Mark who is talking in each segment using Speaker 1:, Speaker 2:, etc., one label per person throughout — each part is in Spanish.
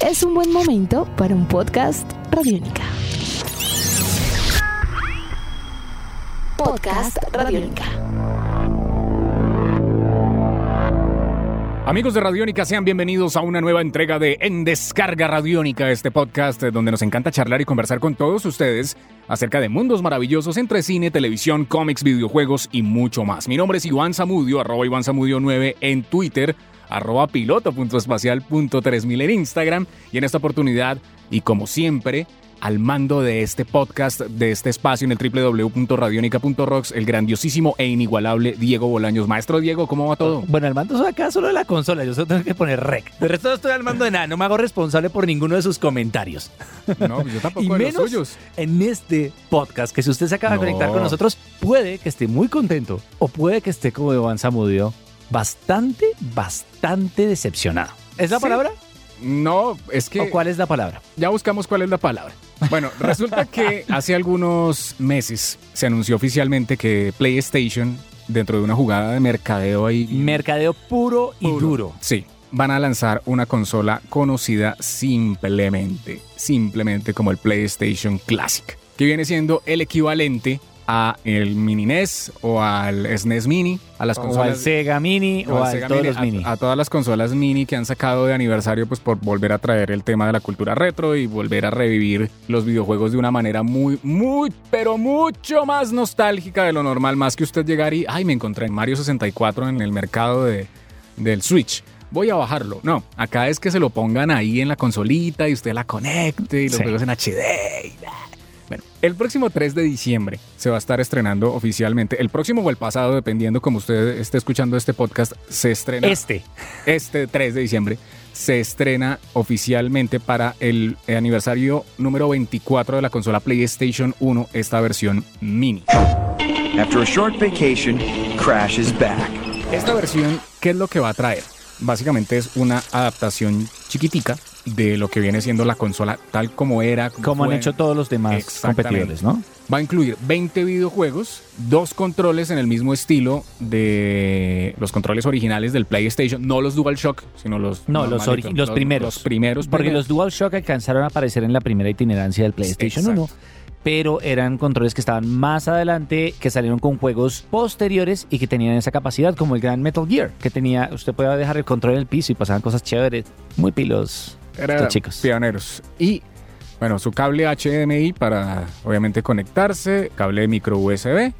Speaker 1: es un buen momento para un podcast Radiónica. Podcast Radiónica.
Speaker 2: Amigos de Radiónica, sean bienvenidos a una nueva entrega de En Descarga Radiónica, este podcast donde nos encanta charlar y conversar con todos ustedes acerca de mundos maravillosos entre cine, televisión, cómics, videojuegos y mucho más. Mi nombre es Iván Zamudio, arroba Iván Zamudio 9 en Twitter, arroba piloto.espacial.3000 en Instagram y en esta oportunidad, y como siempre, al mando de este podcast, de este espacio en el www.radionica.rocks, el grandiosísimo e inigualable Diego Bolaños. Maestro Diego, ¿cómo va todo?
Speaker 3: Bueno, al mando soy acá solo de la consola, yo solo tengo que poner rec. De resto no estoy al mando de nada, no me hago responsable por ninguno de sus comentarios.
Speaker 2: No, pues yo tampoco
Speaker 3: y
Speaker 2: de los
Speaker 3: menos
Speaker 2: suyos.
Speaker 3: en este podcast, que si usted se acaba
Speaker 2: No.
Speaker 3: de conectar con nosotros, puede que esté muy contento o puede que esté como Iván Zamudio, bastante, bastante decepcionado. ¿Es la
Speaker 2: Sí.
Speaker 3: palabra?
Speaker 2: No, es que
Speaker 3: ¿O cuál es la palabra?
Speaker 2: ya buscamos cuál es la palabra. Bueno, resulta que hace algunos meses se anunció oficialmente que PlayStation, dentro de una jugada de mercadeo ahí...
Speaker 3: Mercadeo puro y
Speaker 2: Puro.
Speaker 3: duro.
Speaker 2: Sí, van a lanzar una consola conocida simplemente, simplemente como el PlayStation Classic, que viene siendo el equivalente a el Mini NES o al SNES Mini, a las
Speaker 3: O al
Speaker 2: consolas
Speaker 3: Sega Mini
Speaker 2: no,
Speaker 3: o
Speaker 2: al
Speaker 3: al
Speaker 2: Sega
Speaker 3: todos
Speaker 2: Mini,
Speaker 3: los
Speaker 2: a-
Speaker 3: Mini.
Speaker 2: A, todas las consolas mini que han sacado de aniversario, pues por volver a traer el tema de la cultura retro y volver a revivir los videojuegos de una manera muy, muy, pero mucho más nostálgica de lo normal. Más que usted llegar y, ay, me encontré en Mario 64 en el mercado de, del Switch. Voy a bajarlo. No, acá es que se lo pongan ahí en la consolita y usted la conecte y los
Speaker 3: Sí.
Speaker 2: juegos en HD. y bla. Bueno, el próximo 3 de diciembre se va a estar estrenando oficialmente. El próximo o el pasado, dependiendo como usted esté escuchando este podcast, se estrena
Speaker 3: Este.
Speaker 2: este 3 de diciembre se estrena oficialmente para el aniversario número 24 de la consola PlayStation 1, esta versión mini.
Speaker 4: After a short vacation, Crash is back.
Speaker 2: Esta versión, ¿qué es lo que va a traer? Básicamente es una adaptación chiquitica de lo que viene siendo la consola tal como era.
Speaker 3: Como han
Speaker 2: fue.
Speaker 3: hecho todos los demás
Speaker 2: Exactamente.
Speaker 3: competidores, ¿no?
Speaker 2: Va a incluir 20 videojuegos, dos controles en el mismo estilo de los controles originales del PlayStation, no los DualShock, sino los
Speaker 3: No, los,
Speaker 2: normalitos,
Speaker 3: ori- los primeros.
Speaker 2: Los primeros.
Speaker 3: Porque
Speaker 2: primeros.
Speaker 3: los DualShock alcanzaron a aparecer en la primera itinerancia del PlayStation
Speaker 2: Exacto.
Speaker 3: 1, pero eran controles que estaban más adelante, que salieron con juegos posteriores y que tenían esa capacidad, como el gran Metal Gear, que tenía, usted podía dejar el control en el piso y pasaban cosas chéveres, muy pilos.
Speaker 2: Era
Speaker 3: Estos chicos.
Speaker 2: pioneros. Y bueno, su cable HDMI para obviamente conectarse, cable micro USB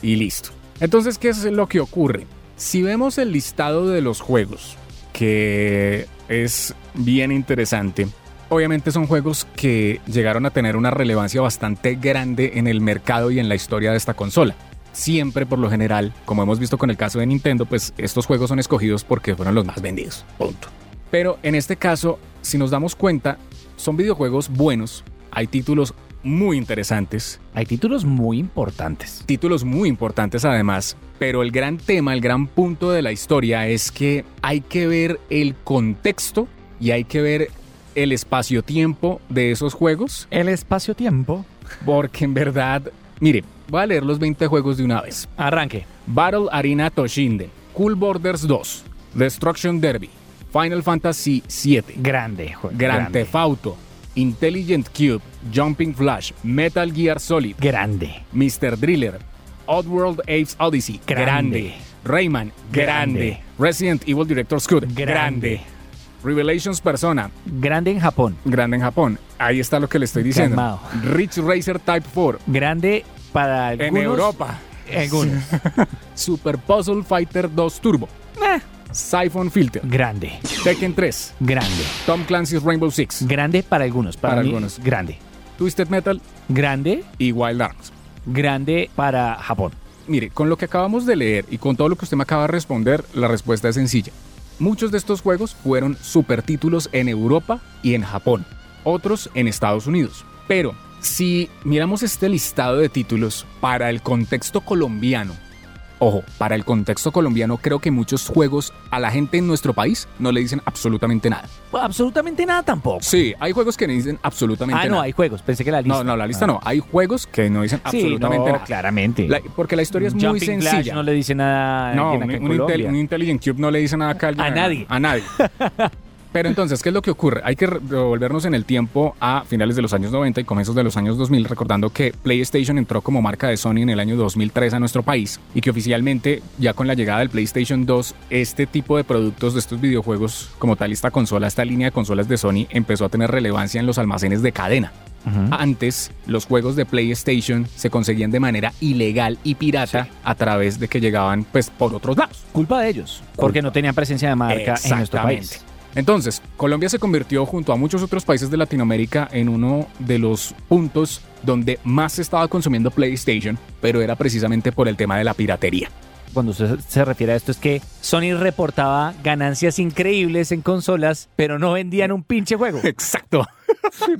Speaker 2: y listo. Entonces, ¿qué es lo que ocurre? Si vemos el listado de los juegos, que es bien interesante, obviamente son juegos que llegaron a tener una relevancia bastante grande en el mercado y en la historia de esta consola. Siempre por lo general, como hemos visto con el caso de Nintendo, pues estos juegos son escogidos porque fueron los más vendidos. Punto. Pero en este caso, si nos damos cuenta, son videojuegos buenos, hay títulos muy interesantes,
Speaker 3: Hay títulos muy importantes.
Speaker 2: títulos muy importantes además, pero el gran tema, el gran punto de la historia es que hay que ver el contexto y hay que ver el espacio-tiempo de esos juegos,
Speaker 3: El espacio-tiempo.
Speaker 2: porque en verdad, mire, voy a leer los 20 juegos de una vez.
Speaker 3: Arranque.
Speaker 2: Battle Arena Toshinden, Cool Borders 2, Destruction Derby, Final Fantasy 7,
Speaker 3: Grande. jue-
Speaker 2: Grand
Speaker 3: grande.
Speaker 2: Theft Auto, Intelligent Cube, Jumping Flash, Metal Gear Solid,
Speaker 3: Grande.
Speaker 2: Mr. Driller, Oddworld Apes Odyssey,
Speaker 3: Grande.
Speaker 2: Rayman, grande.
Speaker 3: Grande.
Speaker 2: Resident Evil Director's Cut, grande.
Speaker 3: Grande.
Speaker 2: Revelations Persona,
Speaker 3: Grande en Japón.
Speaker 2: grande en Japón. Ahí está lo que le estoy diciendo.
Speaker 3: Calmado.
Speaker 2: Rich Racer Type 4,
Speaker 3: Grande para
Speaker 2: en
Speaker 3: algunos.
Speaker 2: Europa.
Speaker 3: Algunos.
Speaker 2: Super Puzzle Fighter 2 Turbo. Siphon Filter,
Speaker 3: Eh, grande.
Speaker 2: Tekken 3,
Speaker 3: Grande.
Speaker 2: Tom Clancy's Rainbow Six,
Speaker 3: Grande para algunos. Para,
Speaker 2: Para
Speaker 3: mí,
Speaker 2: algunos.
Speaker 3: Grande.
Speaker 2: Twisted Metal
Speaker 3: Grande,
Speaker 2: y Wild Arms.
Speaker 3: grande para Japón.
Speaker 2: Mire, con lo que acabamos de leer y con todo lo que usted me acaba de responder, la respuesta es sencilla. Muchos de estos juegos fueron supertítulos en Europa y en Japón, otros en Estados Unidos. Pero si miramos este listado de títulos para el contexto colombiano, ojo, para el contexto colombiano creo que muchos juegos a la gente en nuestro país no le dicen absolutamente nada.
Speaker 3: Absolutamente nada tampoco.
Speaker 2: Sí, hay juegos que no dicen absolutamente
Speaker 3: Ah, no,
Speaker 2: nada.
Speaker 3: hay juegos. Pensé que la lista.
Speaker 2: No, no, la lista no. Hay juegos que no dicen
Speaker 3: Ah. Sí,
Speaker 2: absolutamente
Speaker 3: no,
Speaker 2: nada.
Speaker 3: claramente.
Speaker 2: La- porque la historia es muy
Speaker 3: Jumping Flash
Speaker 2: sencilla.
Speaker 3: no le dice nada a
Speaker 2: No,
Speaker 3: alguien
Speaker 2: un,
Speaker 3: acá en
Speaker 2: un intel-
Speaker 3: Colombia.
Speaker 2: un Intelligent Cube no le dice nada acá al-
Speaker 3: A nadie.
Speaker 2: A nadie. Pero entonces, ¿qué es lo que ocurre? Hay que re- revolvernos en el tiempo a finales de los años 90 y comienzos de los años 2000, recordando que PlayStation entró como marca de Sony en el año 2003 a nuestro país y que oficialmente, ya con la llegada del PlayStation 2, este tipo de productos de estos videojuegos, como tal, esta consola, esta línea de consolas de Sony, empezó a tener relevancia en los almacenes de cadena.
Speaker 3: Ah,
Speaker 2: Antes, los juegos de PlayStation se conseguían de manera ilegal y pirata a través de que llegaban pues, por otros lados.
Speaker 3: Culpa de ellos, porque no tenían presencia de marca en nuestro país.
Speaker 2: Entonces, Colombia se convirtió junto a muchos otros países de Latinoamérica en uno de los puntos donde más se estaba consumiendo PlayStation, pero era precisamente por el tema de la piratería.
Speaker 3: Cuando usted se refiere a esto es que Sony reportaba ganancias increíbles en consolas, pero no vendían un pinche juego,
Speaker 2: Exacto.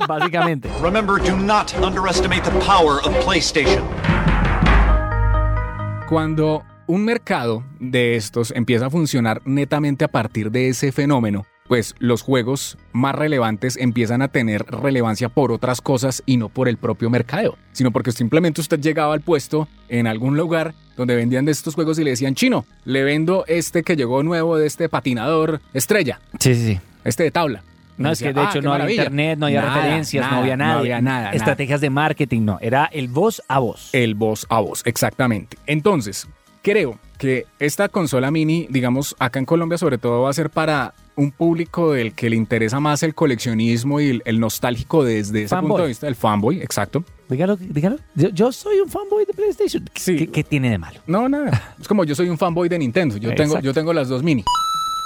Speaker 3: básicamente.
Speaker 4: Remember, do not underestimate the power of PlayStation.
Speaker 2: Cuando un mercado de estos empieza a funcionar netamente a partir de ese fenómeno, pues los juegos más relevantes empiezan a tener relevancia por otras cosas y no por el propio mercado, sino porque simplemente usted llegaba al puesto en algún lugar donde vendían de estos juegos y le decían, chino, le vendo este que llegó nuevo de este patinador estrella,
Speaker 3: Sí, sí, sí.
Speaker 2: este de tabla.
Speaker 3: No,
Speaker 2: Y
Speaker 3: es que
Speaker 2: decía,
Speaker 3: de
Speaker 2: "Ah,
Speaker 3: hecho
Speaker 2: qué
Speaker 3: no había
Speaker 2: maravilla".
Speaker 3: internet, no había
Speaker 2: Nada,
Speaker 3: referencias, no había nada.
Speaker 2: No había nada. Eh, nada.
Speaker 3: Estrategias de marketing, no. Era el voz a voz.
Speaker 2: El voz a voz, exactamente. Entonces, creo que esta consola mini, digamos, acá en Colombia sobre todo va a ser para un público del que le interesa más el coleccionismo y el, el nostálgico desde ese
Speaker 3: Fanboy.
Speaker 2: punto de vista, el fanboy, exacto.
Speaker 3: Dígalo, dígalo. Yo, yo soy un fanboy de PlayStation. ¿Qué-
Speaker 2: Sí.
Speaker 3: ¿Qué, qué tiene de malo?
Speaker 2: No, nada. Es como yo soy un fanboy de Nintendo. Yo tengo,
Speaker 3: Exacto.
Speaker 2: yo tengo las dos mini.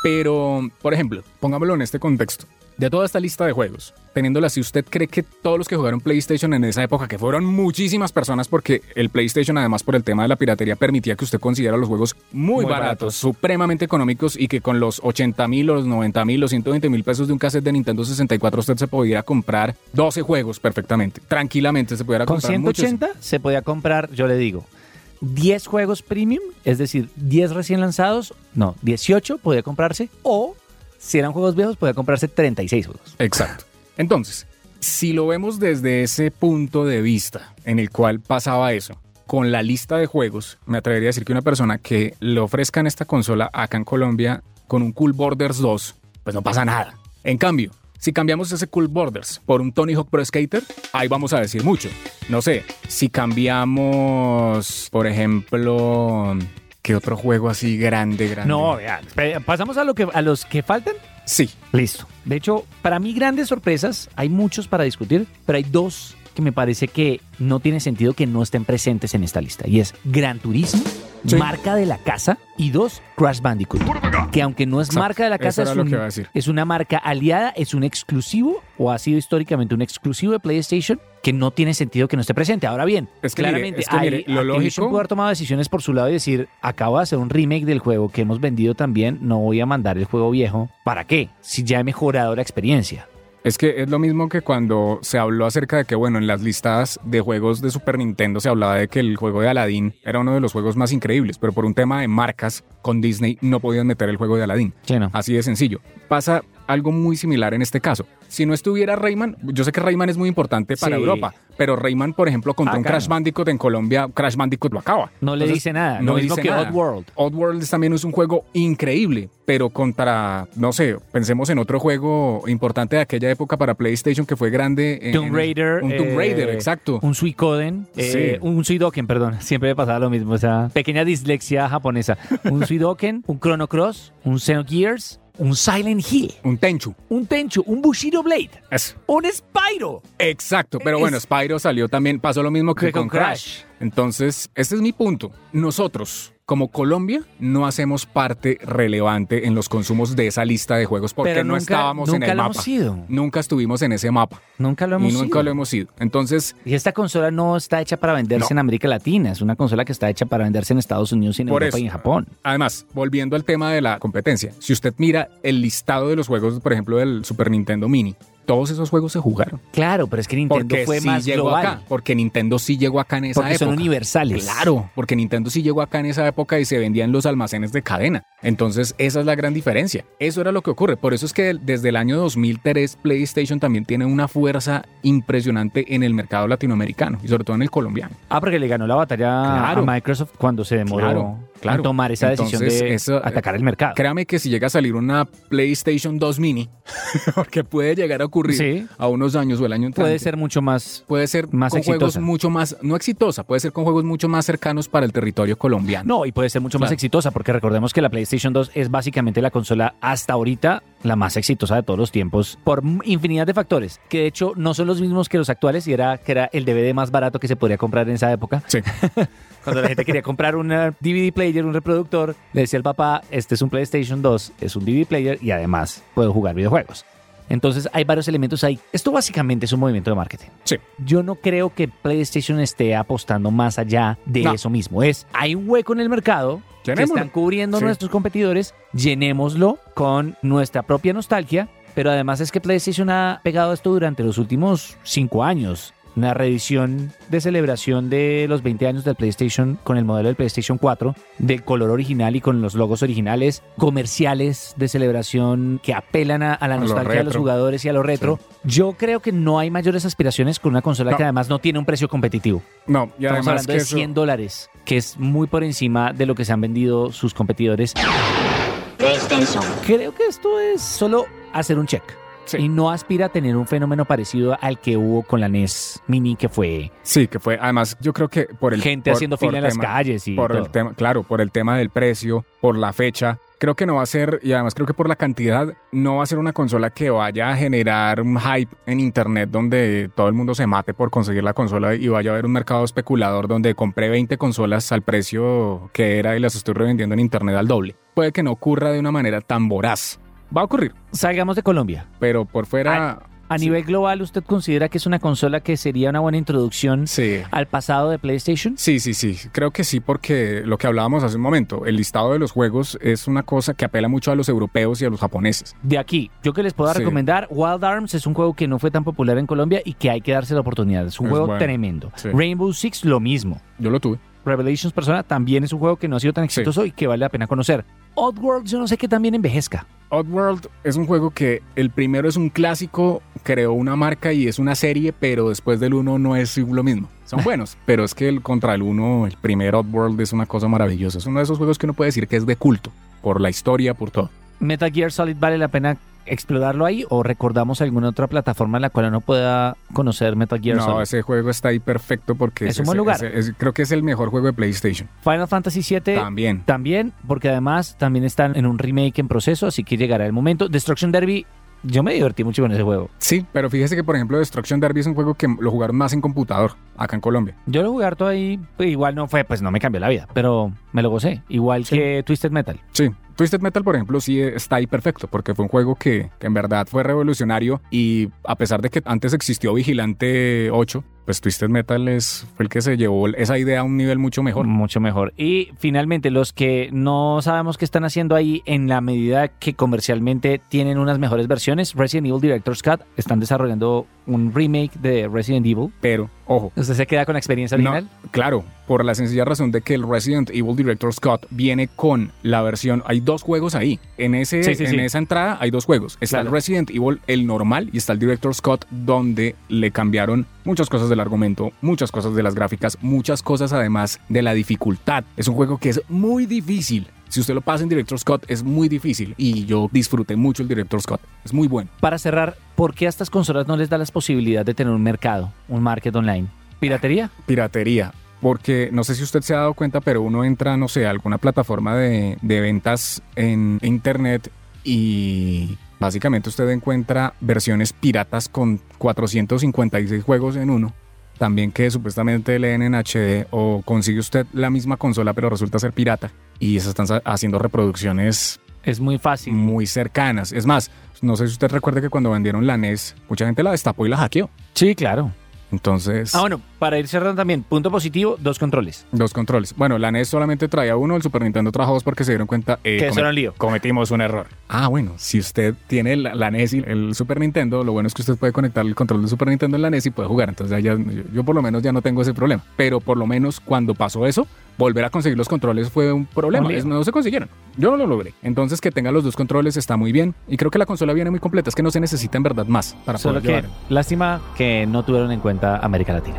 Speaker 2: Pero, por ejemplo, pongámoslo en este contexto. De toda esta lista de juegos, teniéndola así, ¿usted cree que todos los que jugaron PlayStation en esa época, que fueron muchísimas personas, porque el PlayStation, además por el tema de la piratería, permitía que usted consiguiera los juegos muy,
Speaker 3: Muy
Speaker 2: baratos,
Speaker 3: baratos.
Speaker 2: supremamente económicos, y que con los 80 mil, los 90 mil, los 120 mil pesos de un cassette de Nintendo 64, usted se pudiera comprar 12 juegos perfectamente, tranquilamente, se pudiera
Speaker 3: Con
Speaker 2: comprar muchos.
Speaker 3: 180 se podía comprar, yo le digo, 10 juegos premium, es decir, 10 recién lanzados, no, 18 podía comprarse, o si eran juegos viejos, podía comprarse 36 juegos.
Speaker 2: Exacto. Entonces, si lo vemos desde ese punto de vista en el cual pasaba eso, con la lista de juegos, me atrevería a decir que una persona que le ofrezcan esta consola acá en Colombia con un Cool Borders 2, pues no pasa nada. En cambio, si cambiamos ese Cool Borders por un Tony Hawk Pro Skater, ahí vamos a decir mucho. No sé, si cambiamos, por ejemplo, ¿qué otro juego así grande, grande?
Speaker 3: No, vean, espera, pasamos a, lo que, a los que faltan.
Speaker 2: Sí,
Speaker 3: Listo. De hecho, para mí grandes sorpresas, hay muchos para discutir, pero hay dos que me parece que no tiene sentido que no estén presentes en esta lista. Y es Gran Turismo,
Speaker 2: Sí.
Speaker 3: marca de la casa, y dos, Crash Bandicoot. Que aunque no es
Speaker 2: Exacto.
Speaker 3: marca de la
Speaker 2: Eso
Speaker 3: casa,
Speaker 2: era
Speaker 3: es,
Speaker 2: lo
Speaker 3: un-
Speaker 2: que iba a decir.
Speaker 3: es una marca aliada, es un exclusivo, o ha sido históricamente un exclusivo de PlayStation, que no tiene sentido que no esté presente. Ahora bien,
Speaker 2: Es que mire,
Speaker 3: claramente
Speaker 2: es que mire,
Speaker 3: ahí
Speaker 2: lo
Speaker 3: Activision
Speaker 2: lógico-
Speaker 3: pudo haber tomado decisiones por su lado y decir, acabo de hacer un remake del juego que hemos vendido también, no voy a mandar el juego viejo. ¿Para qué? Si ya he mejorado la experiencia.
Speaker 2: Es que es lo mismo que cuando se habló acerca de que, bueno, en las listas de juegos de Super Nintendo se hablaba de que el juego de Aladdin era uno de los juegos más increíbles, pero por un tema de marcas con Disney no podían meter el juego de Aladdin.
Speaker 3: Sí, no.
Speaker 2: Así de sencillo. Pasa algo muy similar en este caso. Si no estuviera Rayman, yo sé que Rayman es muy importante para
Speaker 3: Sí.
Speaker 2: Europa, pero Rayman, por ejemplo, contra un
Speaker 3: Acá
Speaker 2: Crash
Speaker 3: no.
Speaker 2: Bandicoot en Colombia, Crash Bandicoot lo acaba.
Speaker 3: No le dice nada, lo mismo que Oddworld.
Speaker 2: Oddworld también es un juego increíble, pero contra, no sé, pensemos en otro juego importante de aquella época para PlayStation que fue grande. en- en-
Speaker 3: Tomb Raider.
Speaker 2: Un Tomb
Speaker 3: eh,
Speaker 2: Raider, exacto.
Speaker 3: Un Suicoden. eh,
Speaker 2: Sí.
Speaker 3: Un Suidoken, perdón. Siempre me pasaba lo mismo. O sea, pequeña dislexia japonesa. Un Suidoken, un Chrono Cross, un Xenogears, un Silent Hill,
Speaker 2: Un Tenchu.
Speaker 3: un Tenchu, un Bushido Blade,
Speaker 2: Eso.
Speaker 3: un Spyro.
Speaker 2: Exacto, pero bueno,
Speaker 3: Es-
Speaker 2: Spyro salió también, pasó lo mismo que,
Speaker 3: Que
Speaker 2: con,
Speaker 3: con
Speaker 2: Crash.
Speaker 3: Crash.
Speaker 2: Entonces, este es mi punto. Nosotros, como Colombia, no hacemos parte relevante en los consumos de esa lista de juegos porque
Speaker 3: Pero
Speaker 2: no
Speaker 3: nunca-
Speaker 2: estábamos en
Speaker 3: nunca
Speaker 2: el
Speaker 3: lo
Speaker 2: mapa.
Speaker 3: hemos sido.
Speaker 2: Nunca estuvimos en ese mapa
Speaker 3: Nunca lo
Speaker 2: y
Speaker 3: hemos
Speaker 2: nunca
Speaker 3: sido.
Speaker 2: lo hemos sido. Entonces,
Speaker 3: Y esta consola no está hecha para venderse
Speaker 2: No.
Speaker 3: en América Latina, es una consola que está hecha para venderse en Estados Unidos, en
Speaker 2: Por
Speaker 3: Europa
Speaker 2: eso.
Speaker 3: y en Japón.
Speaker 2: Además, volviendo al tema de la competencia, si usted mira el listado de los juegos, por ejemplo, del Super Nintendo Mini, todos esos juegos se jugaron.
Speaker 3: Claro, pero es que Nintendo
Speaker 2: Porque
Speaker 3: fue
Speaker 2: sí
Speaker 3: más
Speaker 2: llegó
Speaker 3: global.
Speaker 2: acá. Porque Nintendo sí llegó acá en esa
Speaker 3: Porque
Speaker 2: época.
Speaker 3: son universales.
Speaker 2: Claro, porque Nintendo sí llegó acá en esa época y se vendían los almacenes de cadena. Entonces, esa es la gran diferencia. Eso era lo que ocurre. Por eso es que desde el año 2003 PlayStation también tiene una fuerza impresionante en el mercado latinoamericano y sobre todo en el colombiano.
Speaker 3: Ah, porque le ganó la batalla
Speaker 2: Claro.
Speaker 3: a Microsoft cuando se demoró
Speaker 2: Claro, claro.
Speaker 3: en tomar esa decisión
Speaker 2: Entonces,
Speaker 3: de
Speaker 2: eso, eh,
Speaker 3: atacar el mercado.
Speaker 2: Créame que si llega a salir una PlayStation 2 mini, porque puede llegar a ocurrir
Speaker 3: Sí.
Speaker 2: a unos años o el año entrante.
Speaker 3: Puede ser mucho más.
Speaker 2: Puede ser
Speaker 3: más
Speaker 2: con juegos
Speaker 3: exitosa.
Speaker 2: mucho más, no exitosa, puede ser con juegos mucho más cercanos para el territorio colombiano.
Speaker 3: No, y puede ser mucho más
Speaker 2: Claro.
Speaker 3: exitosa, porque recordemos que la PlayStation 2 es básicamente la consola hasta ahorita la más exitosa de todos los tiempos por m- infinidad de factores, que de hecho no son los mismos que los actuales y era que era el DVD más barato que se podría comprar en esa época.
Speaker 2: Sí.
Speaker 3: Cuando la gente quería comprar un DVD player, un reproductor, le decía al papá, este es un PlayStation 2, es un DVD player y además puedo jugar videojuegos. Entonces hay varios elementos ahí. Esto básicamente es un movimiento de marketing.
Speaker 2: Sí.
Speaker 3: Yo no creo que PlayStation esté apostando más allá de
Speaker 2: No.
Speaker 3: eso mismo. Es, hay un hueco en el mercado que
Speaker 2: Llenémoslo.
Speaker 3: están cubriendo
Speaker 2: Sí.
Speaker 3: nuestros competidores, llenémoslo con nuestra propia nostalgia. Pero además es que PlayStation ha pegado esto durante los últimos cinco años. Una reedición de celebración de los 20 años del PlayStation con el modelo del PlayStation 4, del color original y con los logos originales, comerciales de celebración que apelan a, a la
Speaker 2: A lo
Speaker 3: nostalgia de los
Speaker 2: retro.
Speaker 3: jugadores y a lo retro. Yo creo que no hay mayores aspiraciones con una consola
Speaker 2: No.
Speaker 3: que además no tiene un precio competitivo.
Speaker 2: No, y además
Speaker 3: Estamos hablando
Speaker 2: que
Speaker 3: de
Speaker 2: eso-
Speaker 3: 100 dólares, que es muy por encima de lo que se han vendido sus competidores. Creo que esto es solo hacer un check.
Speaker 2: Sí.
Speaker 3: Y no aspira a tener un fenómeno parecido al que hubo con la NES Mini, que fue
Speaker 2: Sí, que fue. Además, yo creo que por el
Speaker 3: gente
Speaker 2: por-
Speaker 3: haciendo
Speaker 2: por
Speaker 3: fila en las
Speaker 2: tema-
Speaker 3: calles y
Speaker 2: Por
Speaker 3: todo.
Speaker 2: el tema, claro, por el tema del precio, por la fecha. Creo que no va a ser, y además creo que por la cantidad, no va a ser una consola que vaya a generar un hype en internet donde todo el mundo se mate por conseguir la consola y vaya a haber un mercado especulador donde compré 20 consolas al precio que era y las estoy revendiendo en internet al doble. Puede que no ocurra de una manera tan voraz. Va a ocurrir,
Speaker 3: Salgamos de Colombia.
Speaker 2: pero por fuera.
Speaker 3: A
Speaker 2: Sí.
Speaker 3: nivel global, ¿usted considera que es una consola que sería una buena introducción
Speaker 2: Sí.
Speaker 3: al pasado de PlayStation?
Speaker 2: Sí, sí, sí. Creo que sí, porque lo que hablábamos hace un momento, el listado de los juegos es una cosa que apela mucho a los europeos y a los japoneses.
Speaker 3: De aquí, yo que les puedo
Speaker 2: Sí.
Speaker 3: recomendar, Wild Arms es un juego que no fue tan popular en Colombia y que hay que darse la oportunidad. Es un
Speaker 2: Es
Speaker 3: juego
Speaker 2: bueno.
Speaker 3: tremendo.
Speaker 2: Sí.
Speaker 3: Rainbow Six, lo mismo.
Speaker 2: Yo lo tuve.
Speaker 3: Revelations Persona también es un juego que no ha sido tan
Speaker 2: Sí.
Speaker 3: exitoso y que vale la pena conocer. Oddworld, yo no sé que también envejezca.
Speaker 2: Oddworld es un juego que el primero es un clásico, creó una marca y es una serie, pero después del uno no es lo mismo. Son buenos, pero es que el contra el uno, el primer Oddworld es una cosa maravillosa. Es uno de esos juegos que uno puede decir que es de culto, por la historia, por todo.
Speaker 3: Metal Gear Solid vale la pena explorarlo ahí o recordamos alguna otra plataforma en la cual uno pueda conocer Metal Gear
Speaker 2: no,
Speaker 3: Solid.
Speaker 2: ese juego está ahí perfecto porque
Speaker 3: Es un buen
Speaker 2: ese-
Speaker 3: lugar. Eh,
Speaker 2: ese- es- creo que es el mejor juego de PlayStation.
Speaker 3: Final Fantasy VII
Speaker 2: También.
Speaker 3: también, porque además también están en un remake en proceso, así que llegará el momento. Destruction Derby, yo me divertí mucho con ese juego.
Speaker 2: Sí, pero fíjese que por ejemplo Destruction Derby es un juego que lo jugaron más en computador, acá en Colombia.
Speaker 3: Yo lo jugué harto ahí, pues, igual no fue, pues no me cambió la vida, pero me lo gocé. Igual
Speaker 2: Sí.
Speaker 3: que Twisted Metal.
Speaker 2: Sí, Twisted Metal por ejemplo sí eh, está ahí perfecto, porque fue un juego que, que en verdad fue revolucionario y a pesar de que antes existió Vigilante 8, pues Twisted Metal es, fue el que se llevó esa idea a un nivel mucho mejor.
Speaker 3: Mucho mejor. Y finalmente, los que no sabemos qué están haciendo ahí, en la medida que comercialmente tienen unas mejores versiones, Resident Evil Director's Cut están desarrollando un remake de Resident Evil.
Speaker 2: Pero, ojo,
Speaker 3: ¿Usted se queda con la experiencia
Speaker 2: No,
Speaker 3: original?
Speaker 2: claro, por la sencilla razón de que el Resident Evil Director Scott viene con la versión. Hay dos juegos ahí. En, ese,
Speaker 3: Sí, sí,
Speaker 2: en
Speaker 3: sí.
Speaker 2: esa entrada hay dos juegos. Está
Speaker 3: Claro.
Speaker 2: el Resident Evil, el normal, y está el Director Scott, donde le cambiaron muchas cosas del argumento, muchas cosas de las gráficas, muchas cosas además de la dificultad. Es un juego que es muy difícil. Si usted lo pasa en Director Scott, es muy difícil. Y yo disfruté mucho el Director Scott. Es muy bueno.
Speaker 3: Para cerrar, ¿por qué a estas consolas no les da la posibilidad de tener un mercado, un market online? ¿Piratería?
Speaker 2: piratería. Porque no sé si usted se ha dado cuenta, pero uno entra, no sé, a alguna plataforma de, de ventas en internet y básicamente usted encuentra versiones piratas con 456 juegos en uno. También que supuestamente leen en HD o consigue usted la misma consola, pero resulta ser pirata. Y esas están sa- haciendo reproducciones
Speaker 3: Es muy fácil.
Speaker 2: muy cercanas. Es más, no sé si E usted recuerda que cuando vendieron la NES, mucha gente la destapó y la hackeó.
Speaker 3: Sí, claro.
Speaker 2: Entonces,
Speaker 3: Ah, bueno, Para ir cerrando también, punto positivo, dos controles.
Speaker 2: Dos controles. Bueno, la NES solamente traía uno, el Super Nintendo trajo dos porque se dieron cuenta eh,
Speaker 3: Que eso
Speaker 2: come-
Speaker 3: era un lío.
Speaker 2: cometimos un error. Ah, bueno, si usted tiene la, la NES y el Super Nintendo, lo bueno es que usted puede conectar el control del Super Nintendo en la NES y puede jugar. Entonces ya- yo, yo por lo menos ya no tengo ese problema. Pero por lo menos cuando pasó eso, volver a conseguir los controles fue un problema.
Speaker 3: Un lío.
Speaker 2: Es- no se consiguieron. Yo no lo logré. Entonces que tenga los dos controles está muy bien. Y creo que la consola viene muy completa. Es que no se necesita en verdad más para
Speaker 3: Solo
Speaker 2: poder
Speaker 3: que,
Speaker 2: llevar.
Speaker 3: lástima que no tuvieron en cuenta América Latina.